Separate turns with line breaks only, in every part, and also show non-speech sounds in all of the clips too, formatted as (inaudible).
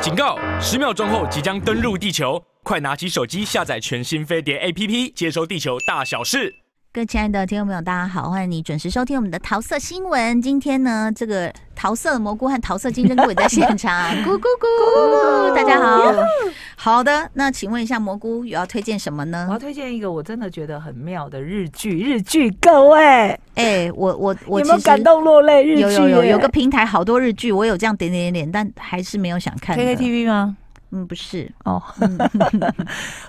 警告！十秒钟后即将登陆地球，快拿起手机下载全新飞碟 APP，接收地球大小事。
各位亲爱的听众朋友，大家好，欢迎你准时收听我们的桃色新闻。今天呢，这个桃色蘑菇和桃色金针菇也在现场，咕咕咕大家好。好的，那请问一下，蘑菇有要推荐什么呢
我要？推荐一个我真的觉得很妙的日剧，日剧各位
哎、我我我
有没有
其实
感动落泪？日剧
有有有
耶
有个平台好多日剧，我有这样点点点，但还是没有想看的。
KKTV 吗？
嗯，不是，
哦，
嗯、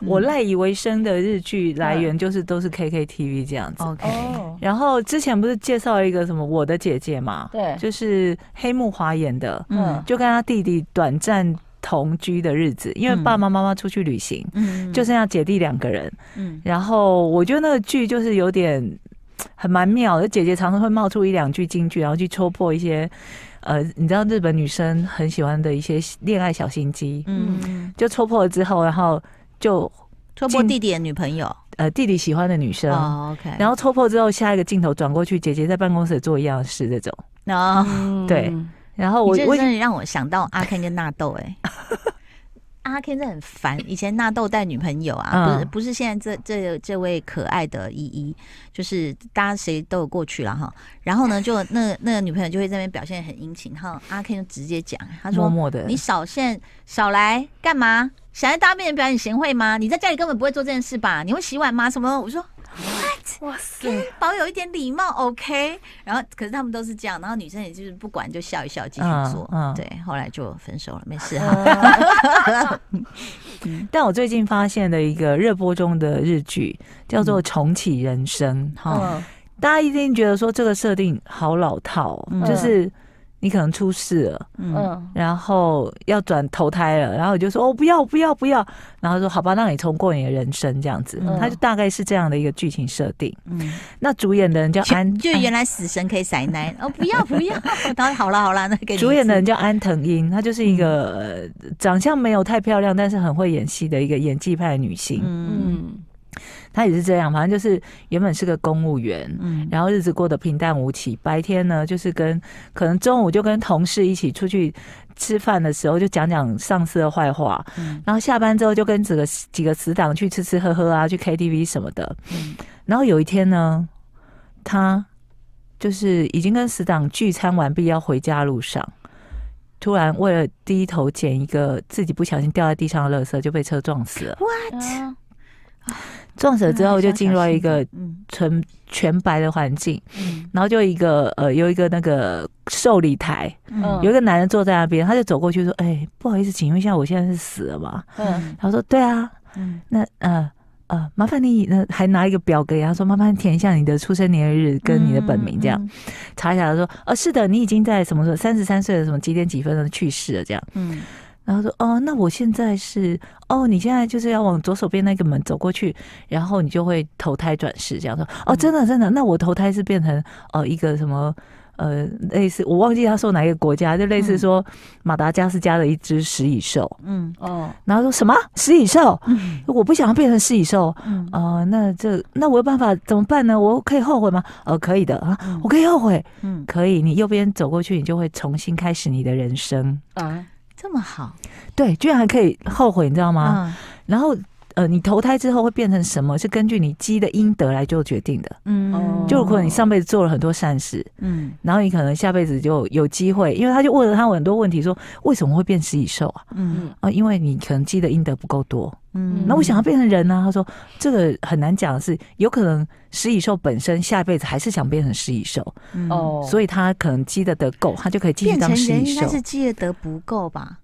我赖以为生的日剧来源就是都是 KKTV 这样子。
OK，、
哦，
然后之前不是介绍了一个什么我的姐姐嘛，
对，
就是黑木华演的，
嗯
嗯
就跟他弟弟短暂同居的日子，因为
嗯
爸爸妈妈出去旅行，
嗯，
就剩下姐弟两个人。
嗯
然后我觉得那个剧就是有点很蛮妙的，姐姐常常会冒出一两句金句，然后去戳破一些，呃，你知道日本女生很喜欢的一些恋爱小心机，
嗯，
就戳破了之后，然后就
戳破
进
弟弟的女朋友。
呃弟弟喜欢的女生。
哦，OK，
然后戳破之后，下一个镜头转过去，姐姐在办公室做一样的事，这种。
然后。
对然后我
嗯你这
我已
真的让我想到阿 Ken 跟纳豆
(laughs)
哎、阿 Ken 真的很烦，以前纳豆带女朋友啊，不是
嗯
不是现在这这这位可爱的依依，就是大家谁都有过去了哈。然后呢，就那那个女朋友就会在那边表现得很殷勤，然后阿 Ken 就直接讲，他说
默默的，
你少现少来干嘛？想在大家面前表演贤惠吗？你在家里根本不会做这件事吧？你会洗碗吗？什么？我说
哇塞，
保有一点礼貌，OK。然后可是他们都是这样，然后女生也就是不管就笑一笑，继续做。
嗯啊嗯
对，后来就分手了，没事啊哈。
但我最近发现了一个热播中的日剧，叫
嗯
做《重启人生》哈、
嗯
大家一定觉得说这个设定好老套哦，
嗯
就是你可能出事了，
嗯
嗯，
然后要转投胎了，然后你就说哦不要不要不要，然后说好吧，让你重过你的人生这样子，
嗯
它就大概是这样的一个剧情设定。
嗯，
那主演的人叫安，啊
就原来死神可以塞奶哦，不
(laughs)
要不要，然后好了好了，那给你一次嗯
主演的人叫安藤英，她就是一个、呃长相没有太漂亮，但是很会演戏的一个演技派女星。
嗯
嗯，
她也是这样，反正就是原本是个公务员，
嗯
然后日子过得平淡无奇。白天呢，就是跟可能中午就跟同事一起出去吃饭的时候，就讲讲上司的坏话。
嗯
然后下班之后就跟几个几个死党去吃吃喝喝啊，去 KTV 什么的。
嗯
然后有一天呢，他就是已经跟死党聚餐完毕，要回家路上，突然为了低头捡一个自己不小心掉在地上的垃圾，就被车撞死了。
嗯
啊
撞死了之后，就进入了一个
嗯
纯全白的环境。
嗯
然后就一个呃，有一个那个受理台，
嗯
嗯
有一个男人坐在那边，他就走过去说：“哎、不好意思，请问一下，我现在是死了吗
嗯，？”
他说：“对啊，
嗯
那呃呃，麻烦你那还拿一个表格给他说，麻烦你填一下你的出生年月日跟你的本名，
嗯
这样、，查一下。”他说：“呃，是的，你已经在什么时候三十三岁的什么几点几分的去世了，这样。”
嗯
然后说：“哦，那我现在是哦，你现在就是要往左手边那个门走过去，然后你就会投胎转世。”这样说：“哦，
嗯
真的真的，那我投胎是变成呃一个什么呃类似我忘记他说哪一个国家，就类似
嗯
说马达加斯加的一只食蚁兽。
嗯
哦，
然后说什么食蚁兽？
嗯
我不想要变成食蚁兽。
嗯
呃，那这那我有办法怎么办呢？我可以后悔吗？呃，可以的啊，
嗯
我可以后悔，
嗯，
可以。你右边走过去，你就会重新开始你的人生。
啊，
这么好
对，居然还可以后悔，你知道吗？
啊，
然后呃，你投胎之后会变成什么，是根据你积的阴德来做决定的。
嗯
就如果你上辈子做了很多善事，
嗯
然后你可能下辈子就有机会，因为他就问了他很多问题说，为什么会变食蚁兽啊？
嗯
啊，因为你可能积的阴德不够多。
嗯，
那我想要变成人呢、他说这个很难讲的是，有可能食蚁兽本身下辈子还是想变成食蚁兽，
嗯
哦，
所以他可能积的得够，他就可以继续
变成
当食
人
蚁
应
兽
该。是积得不够
(laughs)
吧？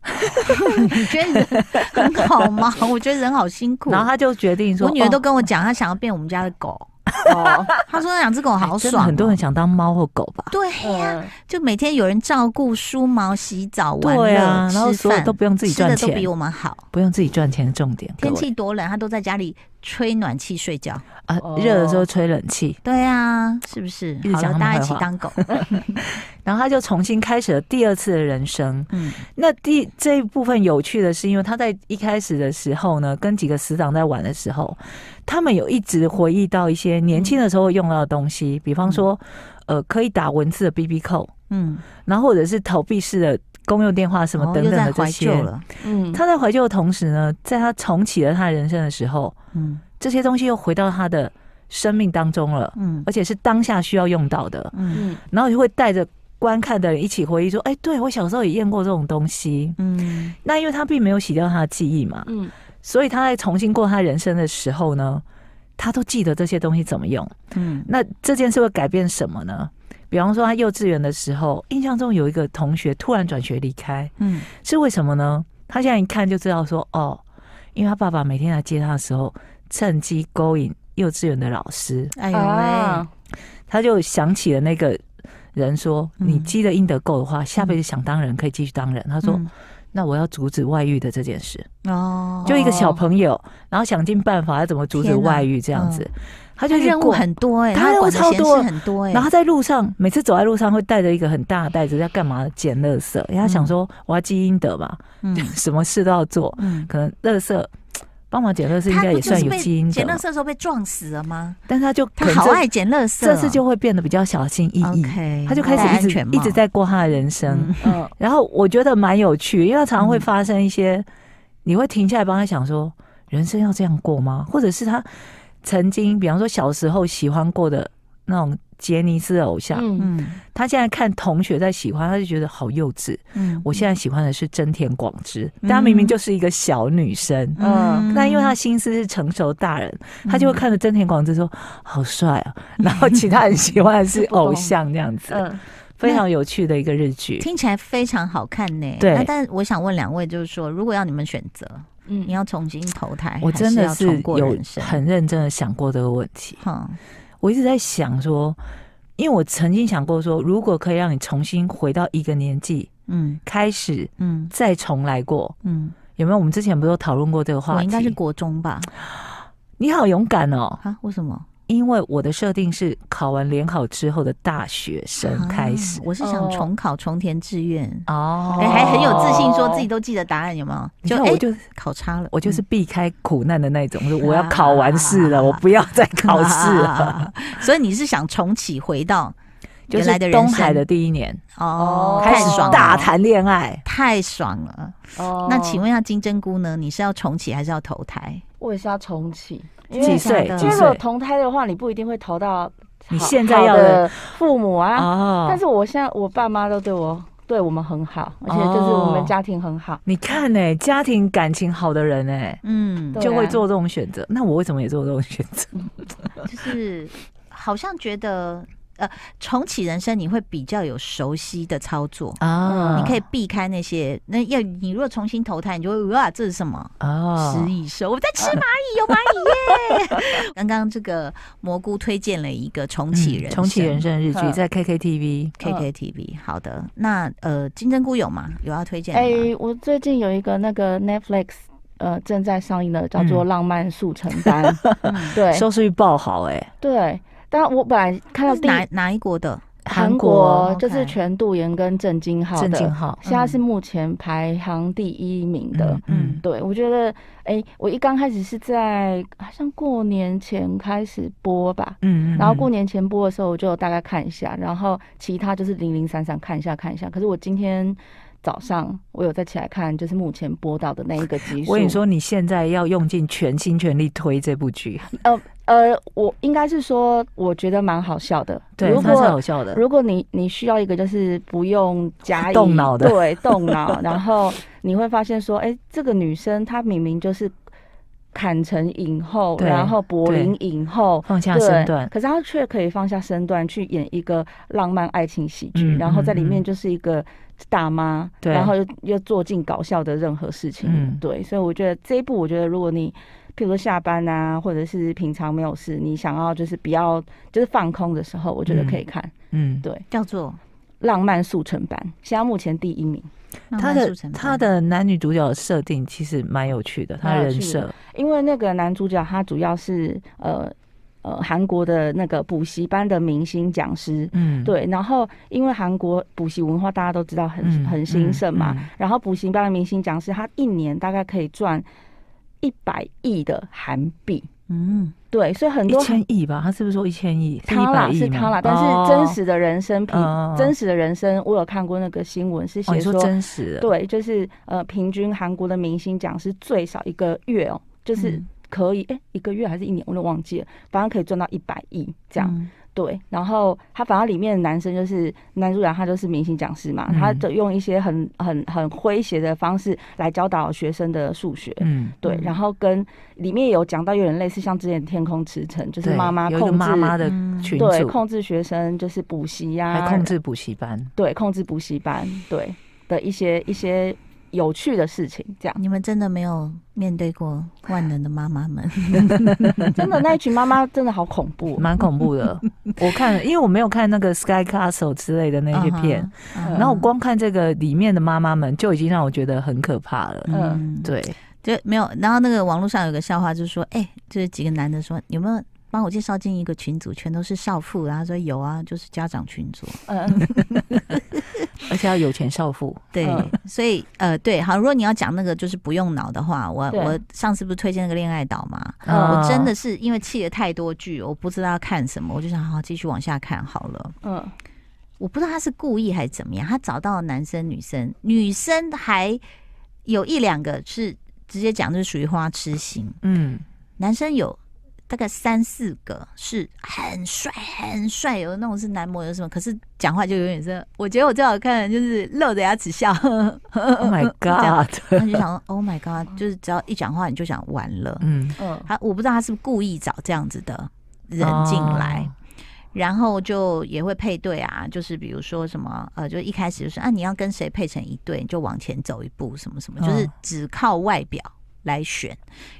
你觉得人很好吗？我觉得人好辛苦。
然后他就决定说，
我女儿都
哦
跟我讲，她想要变我们家的狗。
哦，
她说那两只狗好
哎真的
爽哦，
很多人想当猫或狗吧。
对呀、
嗯
就每天有人照顾、梳毛、洗澡、玩乐、
对啊，然后
吃
所有
饭，
都不用自己
吃的
赚
都比
钱，
我们好。
不用自己赚钱的重点。各
天
位
气多冷，她都在家里吹暖气睡觉。
啊
哦，
热的时候吹冷气，
对啊，是不是？
直
好
讲
了，
他们
大家一
坏
起
话嗯
当
(laughs)
狗。
然后他就重新开始了第二次的人生。
嗯
那第这一部分有趣的是，因为他在一开始的时候呢，跟几个死党在玩的时候，他们有一直回忆到一些年轻的时候用到的东
嗯
西，比方说，呃，可以打文字的 BB 扣，
嗯
然后或者是投币式的公用电话什么
哦
等
又
等
在
的这
怀
些。
旧了，
嗯，
他在怀旧的同时呢，在他重启了他的人生的时候，
嗯
这些东西又回到他的生命当中了，
嗯
而且是当下需要用到的。
嗯
嗯
然后就会带着观看的人一起回忆说：“哎，对我小时候也验过这种东西。
嗯”
那因为他并没有洗掉他的记忆嘛，
嗯
所以他在重新过他人生的时候呢，他都记得这些东西怎么用。
嗯
那这件事会改变什么呢？比方说，他幼稚园的时候，印象中有一个同学突然转学离开，
嗯
是为什么呢？他现在一看就知道说，哦，因为他爸爸每天来接他的时候，趁机勾引幼稚园的老师，
哎呦喂，
啊，
他就想起了那个人说：“
嗯
你积的阴德够的话，下辈子想当人可以继续当人。”他说
嗯：“
那我要阻止外遇的这件事。”
哦，
就一个小朋友，然后想尽办法要怎么阻止
天哪嗯
外遇这样子，他就
他
一直
任务
过。
很多哎，要
他任务
管的
超
闲
多
事很多哎，
然后他在路上，每次走在路上会带着一个很大的袋子，在干嘛？捡垃圾。因为他想说，我要积阴德嘛，
嗯
什么事都要做。
嗯，
可能垃圾帮忙捡垃圾，应
他
该
不
也
就
算
是
有
被
积阴德
捡
嘛
垃。圾的时候被撞死了吗？
但是他就
他
可能
好
这
爱捡垃圾哦，
这次就会变得比较小心翼翼。
OK，
他就开
戴
始
安
一直
全嗯帽
一直在过他的人生。
嗯
嗯
然后我觉得蛮有趣，因为常常会发生一些，你会停下来帮他想说，人生要这样过吗？或者是他曾经，比方说小时候喜欢过的那种杰尼斯的偶像，
嗯
嗯
他现在看同学在喜欢，他就觉得好幼稚。
嗯
我现在喜欢的是真田广之，
嗯
但她明明就是一个小女生。
嗯
那因为他心思是成熟大人，
嗯
他就会看着真田广之说好帅啊，然后其他人喜欢的是
(laughs) 不懂
偶像这样子。
嗯
非常有趣的一个日剧。
听起来非常好看呢。
对
那但我想问两位，就是说，如果要你们选择，
嗯
你要重新投胎，
我真
哎还
的
是
是
要重过
有
人生？
很认真的想过这个问题。
哼，
我一直在想说，因为我曾经想过说，如果可以让你重新回到一个年纪
嗯
开始
嗯
再重来过，
嗯，
有没有？我们之前不是有讨论过这个话题？
我应该是国中吧？
你好勇敢哦，
啊，为什么？
因为我的设定是考完联考之后的大学生开始
啊。我是想
哦
重考重填志愿。
哦
哎，还很有自信，说自己都记得答案，有没有？
就
就
我
哎，
就
考差了，
我就是
嗯啊
避开苦难的那种，就我要考完试了，我不要再考试了。
(laughs) 所以你是想重启回到
就
啊原
是
来的人
东
生
海的第一年，
哦，
哦
开
太
始
爽了
大，谈恋爱。
太爽了。
哦
那请问一下金针菇呢？你是要重启还是要投胎？
我也是要重启，因
几
为
岁？
真的
几
因为如果
岁？
同胎的话，你不一定会投到
你
好
现在
好
要
的父母啊。
哦
但是我现在我爸妈都对我对我们很好，而且就是我们家庭很好。
你看呢、家庭感情好的人哎、
嗯，
对啊
就会做这种选择。那我为什么也做这种选
(laughs)
择？
就是好像觉得呃，重启人生你会比较有熟悉的操作，
啊
嗯
你可以避开那些。那要你如果重新投胎，你就会哇，这是什么？
哦
食蚁兽，我在吃蚂
(laughs)
蚁，有蚂蚁耶！刚 (laughs) 刚这个蘑菇推荐了一个重启人生，
嗯重启人生嗯的日剧
嗯
在 KKTV。
KKTV。好的，那呃，金针菇有吗？有要推荐的
哎、
吗？
我最近有一个那个 Netflix 呃正在上映的，叫做
嗯
《浪漫速成班》
嗯
对
收视率爆好哎、
对，但我本来看到
那是
第
哪哪一国的？
韩
韩国
国就是
，OK
全度妍跟郑敬浩
郑敬
的，
浩
现在是目前排行第一名的。
嗯嗯
对，我觉得，哎、我一刚开始是在好像过年前开始播吧，
嗯
然后过年前播的时候，我就大概看一下，然后其他就是零零散散看一下看一下。可是我今天早上我有再起来看，就是目前播到的那一个集数。
我跟你，说，你现在要用尽全心全力推这部剧，
呃，我应该是说，我觉得蛮好笑的。
对，
如
它是
果
好笑的。
如果你你需要一个就是不用加以
动脑的
对，动脑， (laughs) 然后你会发现说，哎、这个女生她明明就是砍成影后，
对
然后柏
对
林影后，
放下
对，
身段，
可是他却可以放下身段去演一个浪漫爱情喜剧，
嗯
然后在里
嗯嗯
面就是一个大妈，
对
然后又又做尽搞笑的任何事情，
嗯
对，所以我觉得这一部，我觉得如果你譬如说下班啊，或者是平常没有事，你想要就是比较就是放空的时候，我觉得可以看
嗯，
叫做
《浪漫速成班》，现在目前第一名，
浪
他
漫
的
速成班
他的男女主角的设定其实蛮有趣的，他
蛮
的
有
人
趣的
设，
因为那个男主角他主要是呃呃韩国的那个补习班的明星讲师，
嗯，
对，然后因为韩国补习文化大家都知道很、
嗯，
很兴盛嘛，
嗯，
然后补习班的明星讲师他一年大概可以赚一百亿的韩币，
嗯
对，所以很
一
多
千亿吧？他是不是说一千亿？一
他
百
啦
亿
是
吗
他啦，但
哦
是真实的人生比、
嗯嗯嗯
真实的人生，我有看过那个新闻是
哦，
写
你
说，
说真实的，
对，就是呃，平均韩国的明星奖是最少一个月哦，就是
嗯
可以哎、诶一个月还是一年，我都忘记了，反正可以赚到一百亿这样。
嗯
对，然后他反正里面的男生就是男主角，他就是明星讲师嘛，
嗯
他就用一些很很很诙谐的方式来教导学生的数学。
嗯，
对，然后跟里面有讲到有点类似像之前天空驰骋，就是
对
妈妈
有一个
控制
妈妈的
嗯
群
对
组，
控制学生就是补习呀、
还控制补习班，
对控制补习班对的一些一些有趣的事情，这样。
你们真的没有面对过万能的妈妈们，
真的那一群妈妈真的好恐怖哦、
蛮恐怖
(laughs)
的。我看了，因为我没有看那个 Sky Castle 之类的那些片，
嗯哼，
嗯
然后我光看这个里面的妈妈们就已经让我觉得很可怕了。
嗯，
对，
就没有。然后那个网络上有个笑话，就是说，哎、就是几个男的说，有没有帮我介绍进一个群组，全都是少妇？然后说有啊，就是家长群组。
嗯，
而且要有钱少妇，
对，
嗯
所以呃，对，好，如果你要讲那个就是不用脑的话，我
对
我上次不是推荐那个恋爱岛嘛？
嗯
我真的
是
是因为弃了太多剧，我不知道要看什么，我就想好继续往下看好了。
嗯，
我不知道他是故意还是怎么样，他找到了男生女生，女生还有一两个是直接讲就是属于花痴型，
嗯，
男生有大概三四个是很帅很帅，有那种是男模，有什么，可是讲话就有点是，我觉得我最好看的就是露着牙齿笑。 (laughs)
Oh
嗯
Oh
my
这样
God！
他就想说，Oh my God，就是只要一讲话你就想完了。
嗯，
嗯，
他我不知道他是不是故意找这样子的人进来，
哦
然后就也会配对啊，就是比如说什么呃，就一开始就是啊，你要跟谁配成一对，你就往前走一步，什么什么，
嗯
就是只靠外表来选。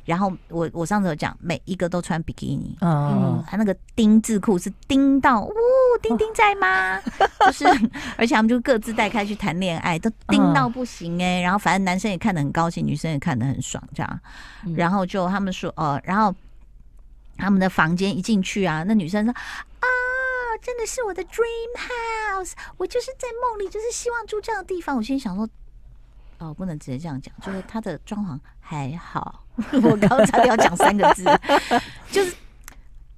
然后我我上次有讲，每一个都穿比基尼。
嗯，
他那个丁字裤是丁到，呜、丁丁在吗？就是，而且他们就各自带开去谈恋爱，都丁到不行哎、然后反正男生也看得很高兴，女生也看得很爽，这样。
嗯
然后就他们说，呃，然后他们的房间一进去啊，那女生说啊，真的是我的 dream house，我就是在梦里就是希望住这样的地方。我心里想说。哦，不能直接这样讲，就是他的装潢还好。 (laughs) 我刚刚差点要讲三个字， (laughs) 就是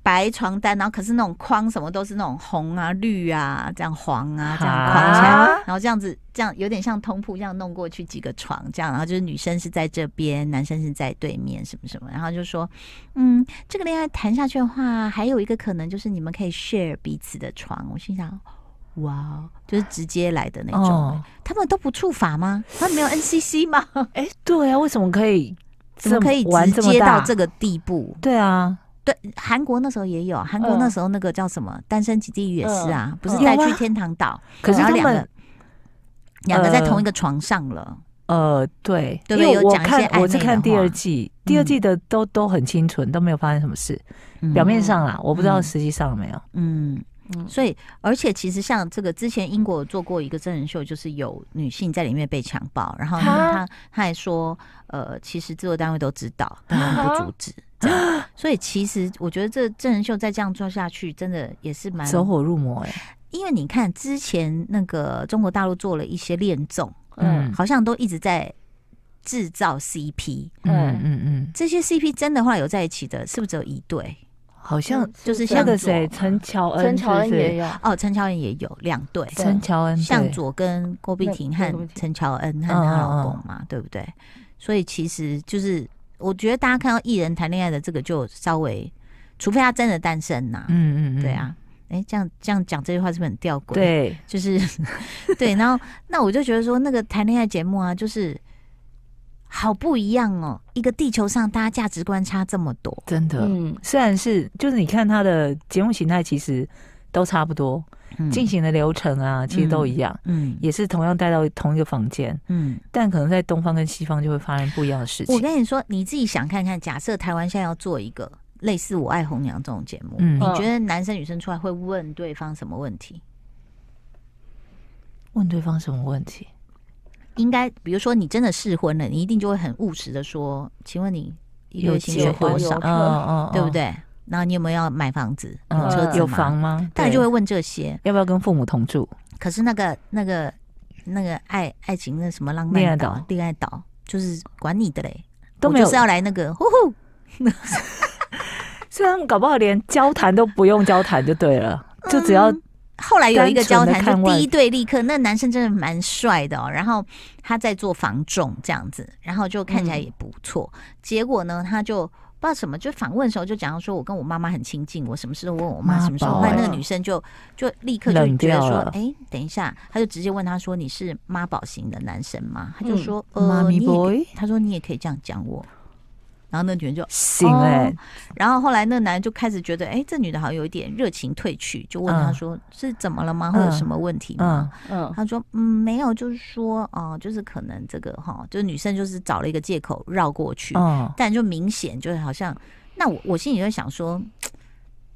白床单，然后可是那种框什么都是那种红啊、绿啊、这样黄啊这样框起来，
啊
然后这样子，这样有点像通铺这样弄过去几个床这样，然后就是女生是在这边，男生是在对面什么什么，然后就说，嗯，这个恋爱谈下去的话，还有一个可能就是你们可以 share 彼此的床。我心想，哇哦，就是直接来的那种、欸哎
哦，
他们都不触法吗？他们没有 NCC 吗？
哎，对啊，为什么可以
怎么
这
可以
玩
直
这么
接到
大？
这个地步？
对啊，
对，韩国那时候也有，韩国
嗯
那时候那个叫什么《单身即地狱》也是啊，不是
嗯
带
有
去
啊
天堂岛，
可是
然
他
后两
们
个两个在
呃
同一个床上了。
呃，对，
对
因
不对
为
有
我
讲一些
看
暧
我是
昧
看
的
第
话
二季，第二季的都都很清纯，都没有发生什么事。
嗯
表面上啦，我不知道
嗯
实际上没有。
嗯，
嗯
所以而且其实像这个之前英国有做过一个真人秀，就是有女性在里面被强暴，然后呢
哈
她她还说，呃，其实制作单位都知道，但他们不阻止。这样，所以其实我觉得这真人秀再这样做下去，真的也是蛮……
走火入魔、哎，
因为你看之前那个中国大陆做了一些恋综，
嗯
好像都一直在制造 CP，
嗯
嗯
嗯嗯，
这些 CP 真的后来有在一起的，是不是只有一对？
好像
嗯
就是嗯
那
像
个谁，陈乔恩，
陈乔恩也，有，
呃
哦，陈乔恩也有两对，
对
陈乔恩，
向
对，
佐跟郭碧婷
那
和
郭碧婷
陈乔恩和
嗯
她
嗯
老
嗯
公嘛，对不对？所以其实就是，我觉得大家看到艺人谈恋爱的这个，就稍微，除非他真的单身呐、
嗯嗯嗯，
对，啊。哎，这样这样讲这句话是不是很吊诡？，
对，
就是 (laughs) 对。然后那我就觉得说，那个谈恋爱节目啊，就是好不一样哦。一个地球上大家价值观差这么多，
真的。
嗯，
虽然是就是你看他的节目形态，其实都差不多，
嗯
进行的流程啊，其实都一样，
嗯
也是同样带到同一个房间，
嗯。
但可能在东方跟西方就会发生不一样的事
我
情。
跟你说，你自己想看看，假设台湾现在要做一个类似《我爱红娘》这种节目，
嗯
你觉得男生女生出来会问对方什么问题？
问对方什么问题？
应该，比如说你真的试婚了，你一定就会很务实的说：“请问你一个月薪水
结婚
多
有
少
有？
嗯
对不？对？然后你有没有要买房子、有
嗯
车子、
有房？吗？
当然就
对
会问这些。
要不要跟父母同住？
可是那个、那个、那个爱爱情那什么浪
恋爱
漫
岛
岛、恋爱岛，就是管你的嘞，
都
我
没有
就是要来那个，呼呼，
所以他们搞不好连交谈都不用交谈就对了，
(laughs)
就只要
嗯后来有一个交谈，
单纯地看
就
外
第一对立刻，那男生真的蛮帅的哦。然后他在做防重这样子，然后就看起来
嗯
也不错。结果呢，他就不知道什么，就访问的时候就讲到说，我跟我妈妈很亲近，我什么事都问我妈，
妈
什么时候。
宝
后来那个
哎
女生就就立刻就觉得
冷掉
说
了，
哎，等一下，他就直接问他说，你是妈宝型的男生吗？他就说，
嗯妈
呃，
咪
你也
boy
他说你也可以这样讲我。然后那女人就
醒哎，
然后后来那男人就开始觉得，哎，这女的好像有一点热情退去，就问他说、是怎么了吗？
嗯
会有什么问题吗？
嗯，
他说：“嗯，没有，就是说，哦、就是可能这个哈，就是女生就是找了一个借口绕过去，
嗯嗯，
但就明显就是好像，那我我心里就在想说，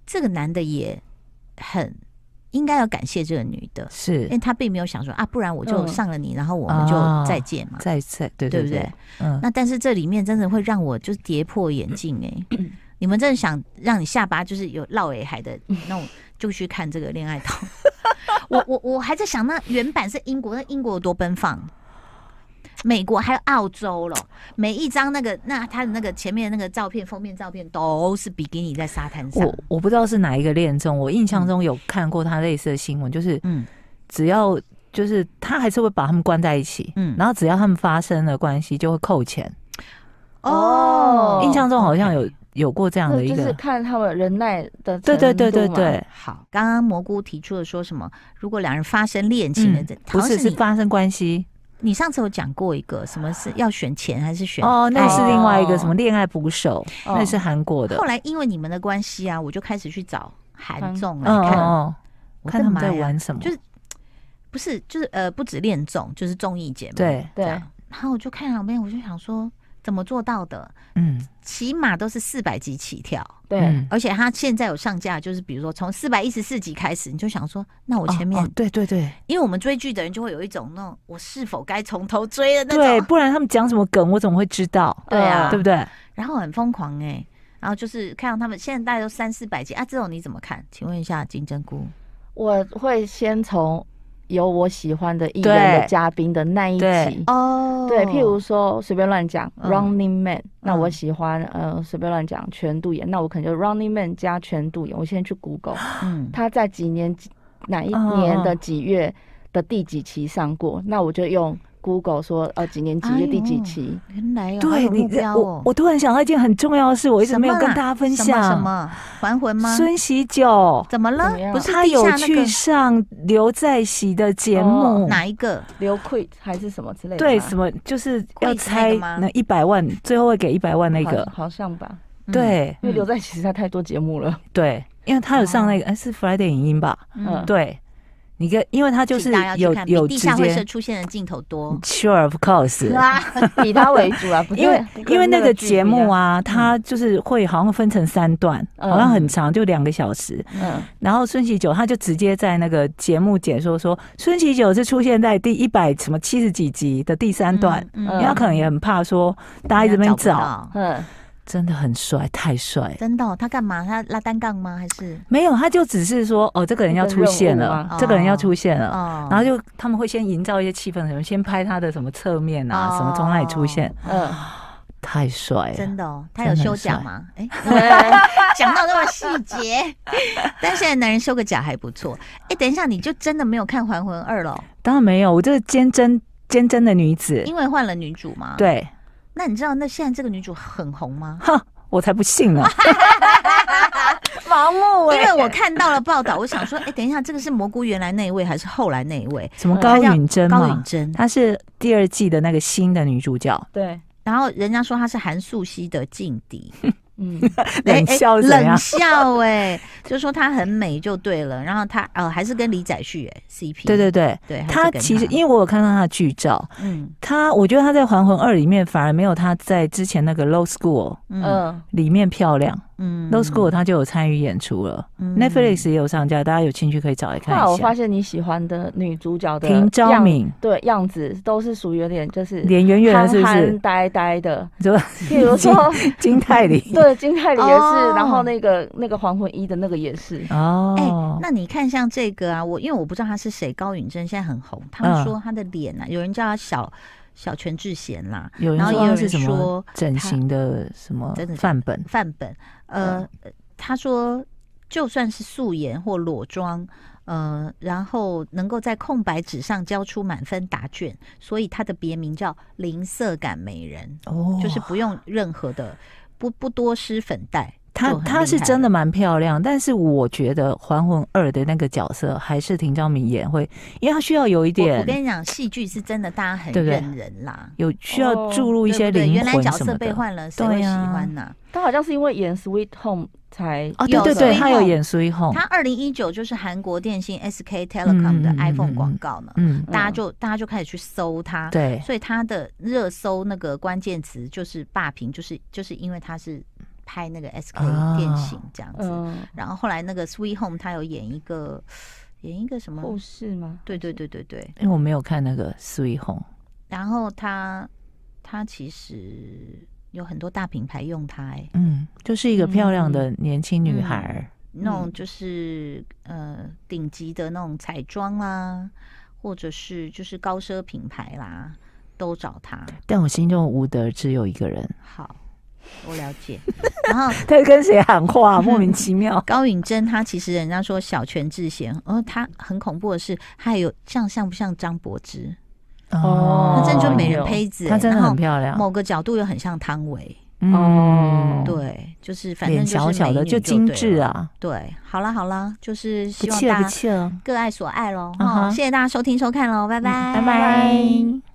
这个男的也很应该要感谢这个女的，
是
因为他并没有想说啊，不然我就
嗯
上了你，然后我们就
啊
再见嘛，
在在对
对
对
不对？？
嗯，
那但是这里面真的会让我就是跌破眼镜哎、你们真的想让你下巴就是有落尾海的那种，就去看这个恋爱岛。 (laughs) 我我我还在想，那原版是英国，那英国有多奔放？美国还有澳洲咯，每一张那个那他的那个前面的那个照片封面照片都是比基尼在沙滩上
我，我不知道是哪一个恋综，我印象中有看过他类似的新闻，就是
嗯
只要就是他还是会把他们关在一起，
嗯
然后只要他们发生了关系就会扣钱。
哦
印象中好像有有过这样的
那
一
就是
个，
看他们忍耐的
对对
程
啊
对对
度嘛，
对，
好，刚刚蘑菇提出了说什么？如果两人发生恋情的，这
嗯不
好像
是是
你
发生关系
你上次有讲过一个什么是要选钱还是选
哦，那
爱
是另外一个
哦
什么恋爱捕手，
哦
那是韩国的
后。来因为你们的关系啊，我就开始去找韩综来
嗯嗯
看，
嗯，
我的
看他们
妈
在
呀
玩什么
就。是不是就是呃，不止恋综，就是综艺节目。
对，
这
对
样，然后我就看旁边，我就想说怎么做到的？
嗯
起码都是四百集起跳，
对，
嗯，
而且它现在有上架，就是比如说从四百一十四集开始，你就想说，那我
我
前面，
哦对对对
因为我们追剧的人就会有一种那种我是否该从头追的那
对，
种，
不然他们讲什么梗，我怎么会知道？
对啊
对不对？
然后很疯狂哎、然后就是看到他们现在大概都三四百集啊，这种你怎么看？请问一下金针菇，
我会先从有我喜欢的艺人的
对
嘉宾的那一
对
集。
哦
对，譬如说随便乱讲《
嗯
Running Man》，那我
嗯
喜欢呃随便乱讲全度妍，那我可能就《Running Man》加全度妍。我先去
(gasps)
Google，
嗯，
他在几年几哪一
嗯嗯
年的
嗯
几月的第几期上过，那我就用 Google 说呃几年几
哎
月
呦
第几期，
原来有好
对
有目
你这，
标
我
哦。
我突然想到一件很重要的事，我一直
什么
没有跟
啊
大家分享。
什么什么还魂吗？
孙喜九，
怎么
怎
了
么？样
不是
他
地
有
下那
去
个
上刘在喜的节
哦
目，
哪一个？
刘 quit 还是什么之类的
对
吗，
什么就是
贵
要
子那
猜
个吗
那一百万，最后会给一百万那
好
个，
好像吧，
嗯，
对
因
嗯
为
哦
刘在其实他太多节目了， (laughs)
对，因为他有上那个，哎是 Friday 影音吧？
嗯，
对，你跟因为他就
请
是
大家去
有
看比
有
地
直
下会社
接嗯
出现的镜头多。
sure of course，
(laughs)
(laughs)
啊，
以他为主啊，不是
因为
不跟
因为那个
剧
节
不一
目
样，
嗯
啊，它就是会好像分成三段，
嗯
好像很长，就两个小时。
嗯，
然后孙喜九他就直接在那个节目解说说，孙喜九是出现在第一百什么七十几集的第三段，
嗯，
因为他可能也很怕说大家一直在那
人
边
不
找，
到
嗯，
真的很帅，太帅。
真的哦，他干嘛？他拉单杠吗？还是
没有，他就只是说哦，这个人要出现了
一个任务
吗，
这个人要出现了。
哦
然后就他们会先营造一些气氛，什么先拍他的什么侧面啊，
哦
什么从哪里出现，
嗯，
啊太帅了。
真的哦，他
哎真
有
的很
修甲
帅
吗？哎， (laughs)
对
讲到那么细节，但现在男人修个甲还不错。哎，等一下，你就真的没有看《还魂二》了哦，
当然没有，我这个坚贞坚贞的女子，
因为换了女主嘛。。
对，
那你知道那现在这个女主很红吗？
哼，我才不信
(laughs)
呢。
盲
哦
目
因
哎，
为我看到了报道，我 (laughs) 想说，哎、等一下，这个是蘑菇原来那一位还是后来那一位？
什么高允贞
高允
嘛，
贞。
她是第二季的那个新的女主角，
对，
然后人家说她是韩素汐的劲敌，
(laughs)
嗯，
哎
冷笑是怎
冷
样？
笑哎、 (laughs) 就说她很美就对了。然后她呃还是跟李宰旭哎 CP，
对对对，
对，还是
她
跟
其实因为我有看到她的剧照，
嗯
她我觉得她在《还魂二》里面反而没有她在之前那个《Low School》
嗯
嗯，
里面漂亮，
嗯
Low School》她就有参与演出了、
嗯
n e t f l i x 也有上架，大家有兴趣可以找来看
后来我
一
发
下。
现你喜欢的女主角的
林昭
样
敏
对样子都是属于有点就是
脸圆圆的，是不
憨
是？
呆呆
(laughs)
的，
是吧？
譬如说
金泰梨
对金泰梨也
哦
是，然后那个那个黄魂一的那个也是，
哎、
哦，
那你看像这个啊，我因为我不知道她是谁，高允贞现在很红，他们
嗯
说她的脸啊，有人叫她小小全智贤啦，
有人
然后
说
也有
她
人
是什么
说
整形的什么
真的假的
范本，嗯
范本，呃，他说，就算是素颜或裸妆，呃，然后能够在空白纸上交出满分答卷，所以他的别名叫“零色感美人”，
哦
就是不用任何的，不不多施粉黛。
她
就很
她
厉
是
害
真
了
的蛮漂亮，但是我觉得《还魂二》的那个角色还是挺张敏演会，因为她需要有一
我我
点
跟你讲，戏剧是真的，大家很
对不对
认人啦，
有需要
哦
注入一
对不
些
对？
灵
原来
魂
角
什
色
么
被
的。
换了，谁会
对
喜
啊
欢呢、
他好像是因为演《Sweet Home》才
哦，对
有
对
的所
对，
以
她
后
有演苏一红，
他二零一九就是韩国电信 SK Telecom 的
嗯嗯嗯
iPhone
嗯
广告呢，
嗯，
大家就大家就开始去搜它，
对，
所以它的热搜那个关键词就是霸屏，就是就是因为它是拍那个 SK
啊
电信这样子，
嗯
然后后来那个 Sweet Home 他有演一个演一个什么
后，世吗？
对对对对对，
因为我没有看那个苏一红，
然后他他其实有很多大品牌用它、欸，
嗯，就是一个漂亮的年轻女
嗯
孩儿，
那种
嗯
就是、呃顶级的那种彩妆啦，或者是就是高奢品牌啦，都找他。
但我心中无德只有一个人，
好，我了解。然后。
(laughs) 她跟谁喊 (laughs) 话？莫名其妙
高允贞她其实人家说小泉智贤，哦，她很恐怖的是，她还有像像不像张柏芝？
哦
她真的就美
没
人
有
胚子、
哎她真的
然后
很漂亮。
某个角度又很像汤唯，
啊嗯，
对，就是反正
脸
就是
小小的
美女
就精致
对了。
啊，
对，好啦好啦，就是
不
希望
气了
大
不
家
气了。
各爱所爱喽。
嗯
哈、
哼嗯
谢谢大家收听收看喽，拜拜，
拜拜。